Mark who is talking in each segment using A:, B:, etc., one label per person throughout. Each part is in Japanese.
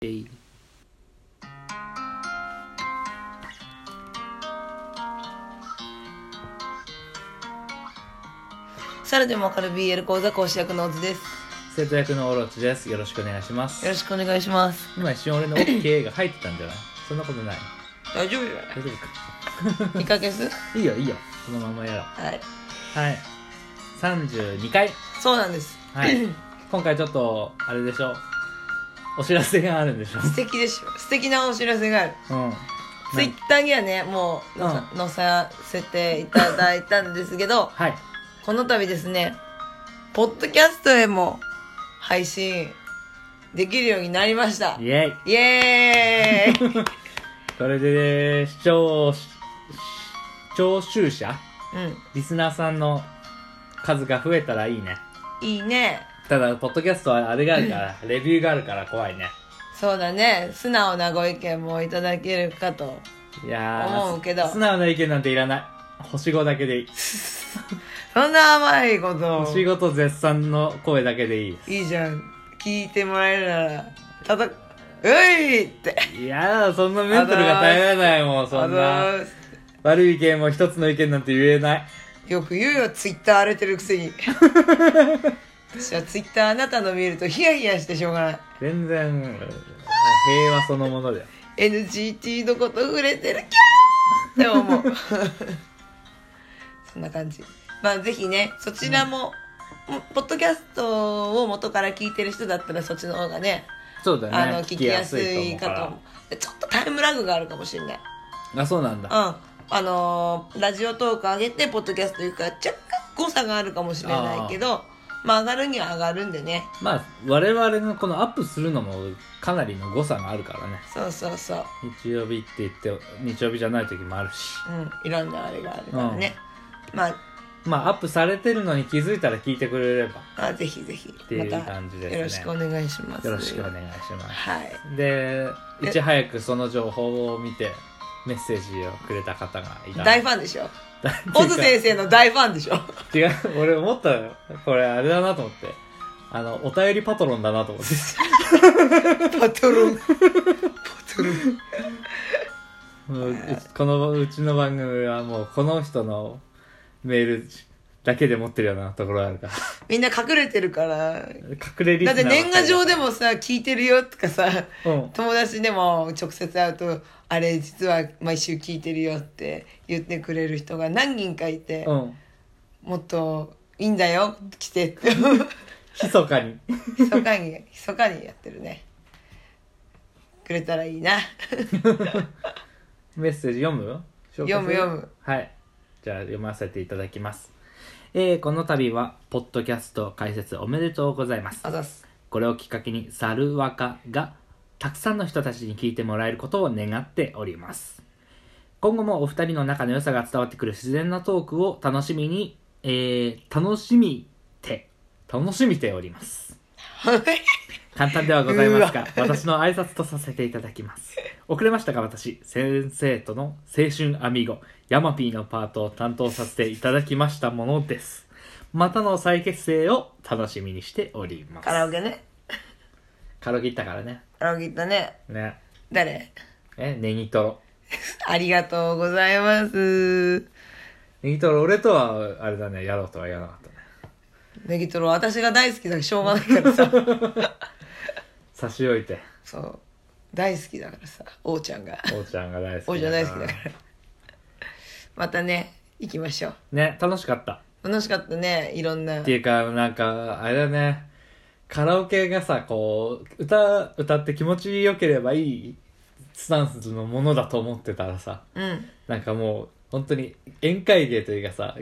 A: ていい
B: 猿でもわかる BL 講座講師役のオズです
A: 生徒役のオロチですよろしくお願いします
B: よろしくお願いします
A: 今一瞬俺の OK が入ってたんじゃないそんなことない
B: 大丈夫
A: 大丈夫
B: じゃんいかけす
A: かいいよいいよそのままやろ
B: はい。
A: うはい32回
B: そうなんです。
A: はい 今回ちょっとあれでしょお知らせがあるんでしょ
B: 素敵でしょ。素敵なお知らせがある。
A: うん
B: ツイッターにはね、もう載さ,、載させていただいたんですけど、
A: はい
B: この度ですね、ポッドキャストへも配信できるようになりました
A: イ。ェイ
B: イエ ーイ
A: これで視聴し視聴集者
B: うん。
A: リスナーさんの数が増えたらいいね
B: いいね。
A: ただポッドキャストはあれがあるからレビューがあるから怖いね
B: そうだね。素直なご意見もいただけるかと。
A: いやー
B: 思うけど
A: 素直な意見なんていらない星5だけでいい
B: そんな甘いことを。
A: 星5と絶賛の声だけでいい
B: いいじゃん。聞いてもらえるなら、たた、ういって。
A: いやだそんなメンタルが耐えられないもんそん
B: あ
A: な
B: のー
A: 悪い意見も一つの意見なんて言えない
B: よく言うよ、ツイッター荒れてるくせ に。私はツイッターあなたの見るとヒヤヒヤしてしょうがない。
A: 全然うん平和そのものだよ
B: NGT のこと触れてるキャーって思う。 そんな感じ。まあぜひね、そちらも、もポッドキャストを元から聞いてる人だったらそっちの方がね、
A: そうだね
B: あの、聞きやすい
A: 聞きや
B: か
A: と
B: と
A: 思
B: 思う。ちょっとタイムラグがあるかもしれない。
A: うからあそうなんだ
B: うん。あのーラジオトーク上げて、ポッドキャスト行くから、若干誤差があるかもしれないけど、まあ上がるには上がるんでね。
A: まあ我々のこのアップするのもかなりの誤差があるからね
B: そうそうそう。
A: 日曜日って言って日曜日じゃない時もあるし
B: うん。いろんなあれがあるからね。まあ、
A: まあアップされてるのに気づいたら聞いてくれれば
B: まあ、ぜひぜひ
A: て、いう
B: また、
A: 感じですね
B: よろしくお願いします。
A: よろしくお願いします
B: はい。
A: で
B: え
A: いち早くその情報を見てメッセージをくれた方がいた
B: 大 ファンでしょ
A: 大
B: オズ先生の大ファンで しょ
A: 違う俺思ったのよこれあれだなと思ってあのお便りパトロンだなと思って
B: パトロン。パトロン。
A: もううこのうちの番組はもうこの人のメールだけで持ってるようなところがあるから
B: みんな隠れてるから、
A: 隠れリス
B: だって
A: ナーばっかり
B: 年賀状でもさ、聞いてるよとかさ、
A: うん
B: 友達でも直接会うと「あれ実は毎週聞いてるよ」って言ってくれる人が何人かいて、
A: うん
B: もっといいんだよ来てって
A: 密かに
B: 密かに密かにやってるねくれたらいいな
A: メッセージ読む紹介する
B: 読む読む
A: はいじゃあ読ませていただきますえー、この度はポッドキャスト解説おめでとうございます
B: あざっす
A: これをきっかけにサルワカがたくさんの人たちに聞いてもらえることを願っております今後もお二人の仲の良さが伝わってくる自然なトークを楽しみに、えー、楽しみて楽しみております簡単ではございますが、私の挨拶とさせていただきます。遅れましたが、私、先生との青春アミーゴ、ヤマピーのパートを担当させていただきましたものです。またの再結成を楽しみにしております。
B: カラオケね
A: カラオケ行ったからね。
B: カラオケ行ったね
A: ね。
B: 誰
A: え、ネギトロ。
B: ありがとうございます
A: ネギトロ、俺とは、あれだね、やろうとはやらなかったね。
B: ネギトロ私が大好きだからしょうがないから さ
A: 差し置いて、
B: そう大好きだからさ王ちゃんが
A: おうちゃんが大好き
B: 王
A: だ
B: ちゃ
A: ら
B: ん大好きだからまたね行きましょう
A: ね、楽しかった。
B: 楽しかったねいろんな
A: っていうかなんかあれだねカラオケがさこう歌歌って気持ちよければいいスタンスのものだと思ってたらさ
B: うん
A: なんかもう本当に宴会芸というかさ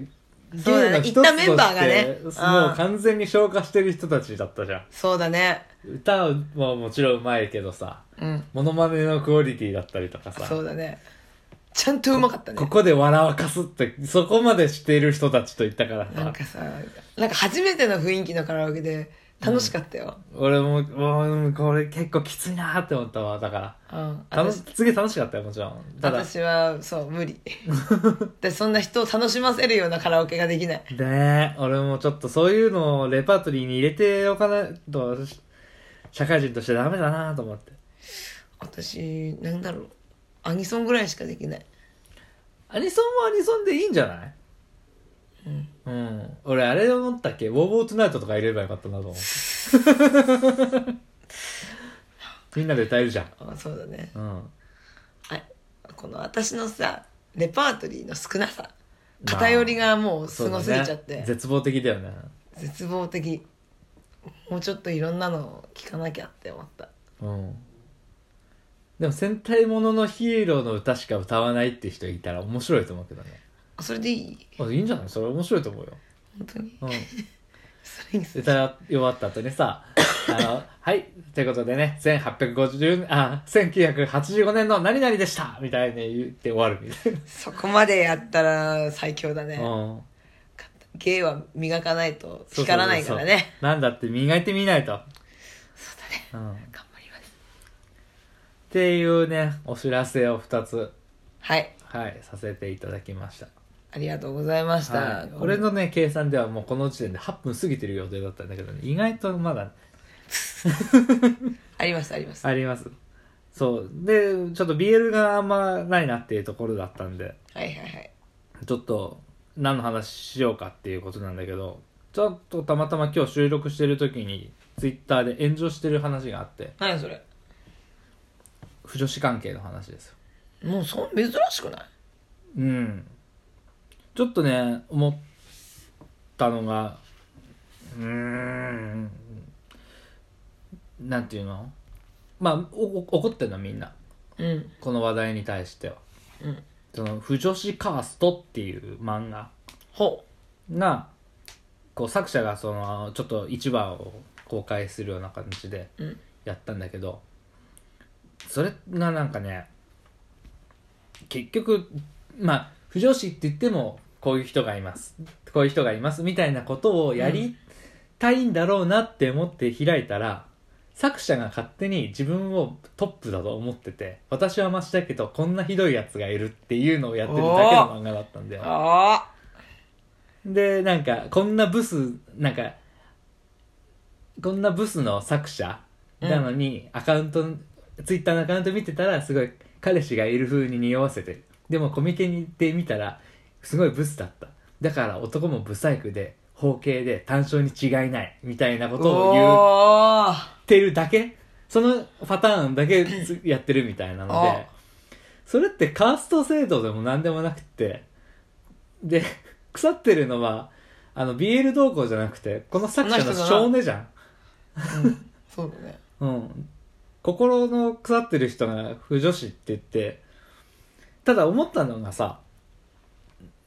B: そうだね
A: 芸の一つとして
B: 行ったメンバーがね
A: も
B: う
A: うん完全に消化してる人たちだったじゃん
B: そうだね
A: 歌はもちろんうまいけどさ
B: うん
A: モノマネのクオリティだったりとかさ
B: そうだねちゃんとうまかったね
A: ここで笑わかすってそこまでしている人たちと言ったから
B: なん
A: さ
B: かさなんか初めての雰囲気のカラオケで楽しかったよ、
A: 俺ももうこれ結構きついなーって思ったわだから
B: うん
A: 楽
B: 私
A: しすげえ楽しかったよもちろんただね
B: 私はそう無 理でそんな人を楽しませるようなカラオケができない
A: え俺もちょっとそういうのをレパートリーに入れておかないとし社会人としてダメだなと思って
B: 私なんだろうアニソンぐらいしかできない
A: アニソンはアニソンでいいんじゃない
B: うん
A: うん。俺、あれ思ったっけウォーウォーツナイトとか入れればよかったなと 思って。みんなで歌えるじゃん。
B: あそうだね
A: うん。
B: あこの私のさレパートリーの少なさ
A: まあ
B: 偏りがもうす
A: そうだ
B: ご
A: ね
B: すぎちゃって、
A: 絶望的だよね。
B: 絶望的もうちょっといろんなのを聞かなきゃって思った
A: うん。でも、戦隊もののヒーローの歌しか歌わないっていう人いたら面白いと思うけどね。
B: あそれでいい
A: あ、いいんじゃないそれ面白いと思うよ。
B: 本当に
A: うん。
B: それいいっす
A: 歌い終わった後にさ、あの、はい、ということでね、1850、あ、1985年の何々でしたみたいに言って終わるみたい
B: そこまでやったら最強だね、
A: な。うん。
B: 芸は磨かないと
A: そうそうそう
B: 光らないからね
A: なんだって磨いてみないと。そうだね。ん。
B: 頑
A: っ
B: 張ります
A: ていうね、お知らせを2つ、
B: はい
A: はい、させていただきました。
B: ありがとうございました、
A: はい、俺のね、計算ではもうこの時点で8分過ぎてる予定だったんだけどね、意外とまだ
B: ありますありますは
A: あります。そう。で、ちょっと BL があんまないなっていうところだったんで、
B: いはいはい
A: ちょっと何の話しようかっていうことなんだけど、ちょっとたまたま今日収録してる時に、Twitter で炎上してる話があって、
B: 何それ
A: 不女子関係の話ですよ。
B: もうそん珍しくない
A: うんちょっとね思ったのがうーんなんていうのまあおお怒ってんのみんな
B: うん
A: この話題に対しては
B: うん
A: その「不女子カースト」っていう漫画
B: ほ
A: がこう作者がそのちょっと1話を公開するような感じで
B: ううん
A: やったんだけどそれがなんかね結局まあ不女子って言ってもこういう人がいますこういう人がいますみたいなことをやりたいんだろうなって思って開いたら、作者が勝手に自分をトップだと思ってて私はマシだけどこんなひどいやつがいるっていうのをやってるだけの漫画だったんだよ
B: あ
A: でなんかこんなブスなんかこんなブスの作者なのに、アカウントツイッターのアカウント見てたらすごい彼氏がいる風に匂わせてるでもコミケに行ってみたらすごいブスだっただから男もブサイクで包茎で単勝に違いないみたいな
B: あ
A: ことを言っ
B: おー
A: てるだけそのパターンだけつやってるみたいなの
B: あ
A: でそれってカースト制度でも何でもなくってで腐ってるのはあの BL 動向じゃなくてこの作者の少年じゃん
B: うんそうだね
A: うん、心の腐ってる人が不女子って言ってただ思ったのがさ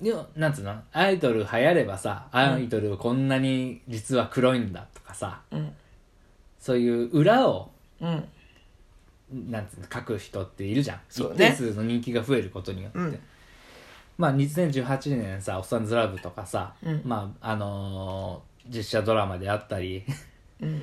A: よなんつうのアイドル流行ればさアイドルこんなに実は黒いんだとかさ、
B: うん
A: そういう裏を
B: うん
A: なんつうの書く人っているじゃん、
B: そう
A: 一
B: ね
A: 定数の人気が増えることによって、
B: うん
A: まあ2018年さ「おっさんずラブ」とかさ、
B: うん
A: まああのー実写ドラマであったり
B: うん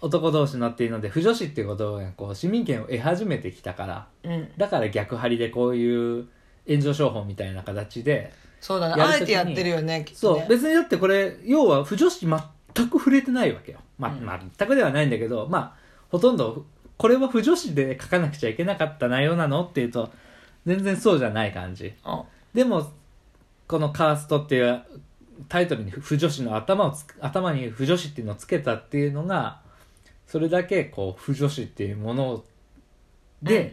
A: お男同士のっていうので不女子っていう言葉がこう市民権を得始めてきたから
B: うん
A: だから逆張りでこういう炎上商法みたいな形で
B: そうだね
A: やる
B: あ
A: 時に
B: えてやってるよねきっ
A: そう、
B: とね
A: 別にだってこれ要は不女子全く触れてないわけよ、ま
B: うん
A: まあ全くではないんだけどまあほとんどこれは不女子で書かなくちゃいけなかった内容なのっていうと全然そうじゃない感じ
B: あ
A: でもこの「カースト」っていうタイトルに不女子の頭をつく頭に不女子っていうのをつけたっていうのがそれだけこう不女子っていうもので、
B: うん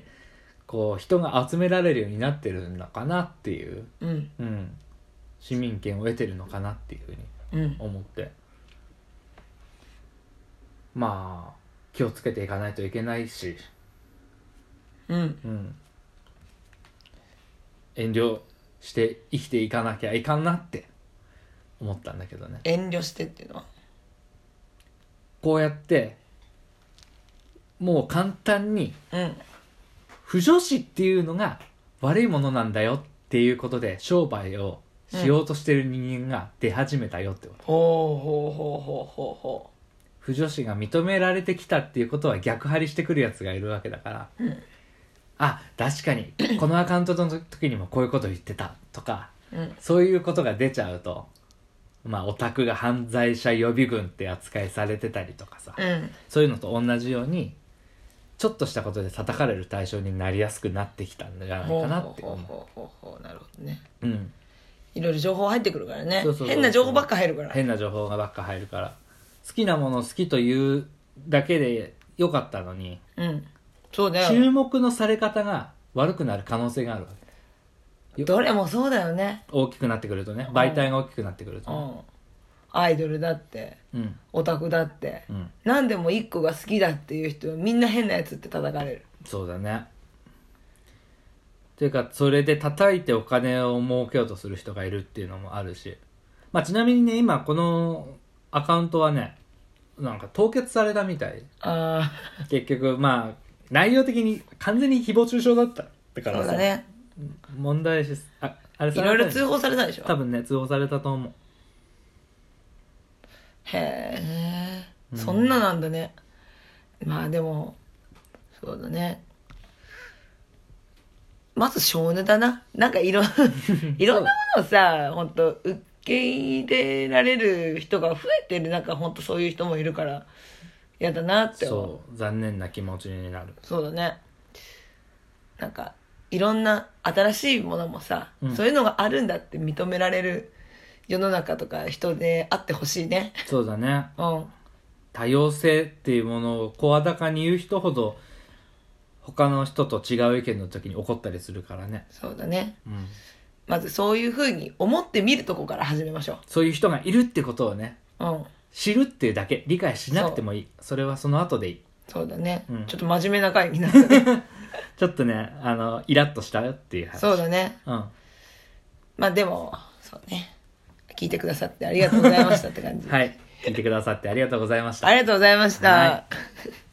A: こう人が集められるようになってるのかなっていう、
B: うん
A: うん、市民権を得てるのかなっていうふうに
B: うん
A: 思ってまあ気をつけていかないといけないし、
B: うん
A: うん、遠慮して生きていかなきゃいかんなって思ったんだけどね
B: 遠慮してっていうのは
A: こうやってもう簡単に
B: うん
A: 不女子っていうのが悪いものなんだよっていうことで商売をしようとしてる人間が出始めたよってこと、
B: ほうほうほうほうほうほ
A: 不女子が認められてきたっていうことは逆張りしてくるやつがいるわけだから、
B: うん
A: あ確かに このアカウントの時にもこういうこと言ってたとか
B: ううん
A: そういうことが出ちゃうとまあオタクが犯罪者予備軍って扱いされてたりとかさ、
B: うん
A: そういうのと同じようにちょっとしたことで叩かれる対象になりやすくなってきたんじゃない
B: ほう
A: かな
B: ほ
A: っ
B: う
A: て
B: ほう
A: 思
B: ほうほうほうなるほどね
A: う、うん、
B: いろいろ情報入ってくるからね
A: そうそうそう
B: 変な情報ばっか入るから
A: 変な情報がばっか入るから好きなもの好きというだけでよかったのに
B: うんそうだよ
A: 注目のされ方が悪くなる可能性があるわけ
B: どれもそうだよね
A: 大きくなってくるとね媒体が大きくなってくる
B: う
A: とね
B: んアイドルだって
A: うん
B: オタクだって
A: うん
B: 何でも一個が好きだっていう人はみんな変なやつって叩かれる
A: そうだねというかそれで叩いてお金を儲けようとする人がいるっていうのもあるし、まあ、ちなみにね今このアカウントはねなんか凍結されたみたい
B: あ
A: 結局まあ内容的に完全に誹謗中傷だっただか
B: あ
A: ら
B: そう
A: さ
B: だね
A: 問題視すああれ
B: い
A: され
B: ろい
A: た
B: ろ
A: よね
B: 通報されたでしょ
A: 多分ね通報されたと思う
B: へえ、そんななんだねまあでもそうだねまず性根だななんかい ろんいろんなものをさ本当受け入れられる人が増えてる中本当そういう人もいるから嫌だなって思う
A: そう残念な気持ちになる
B: そうだねなんかいろんな新しいものもさ、
A: うん
B: そういうのがあるんだって認められる世の中とか人であってほしいね
A: そうだね
B: うん
A: 多様性っていうものを声高に言う人ほど他の人と違う意見の時に怒ったりするからね、
B: そうだね
A: うん、
B: まずそういうふうに思ってみるとこから始めましょ
A: そういう人がいるってことをね
B: ううん
A: 知るっていうだけ理解しなくてもいいそれはその後でいい
B: そうだね、
A: うん
B: ちょっと真面目な回になった ね
A: ちょっとねあのイラッとしたよっていう話
B: そうだね
A: うん、
B: まあでもそうね聞いてくださってありがとうございましたって感じ、
A: はい聞いてくださってありがとうございました
B: ありがとうございました、
A: はい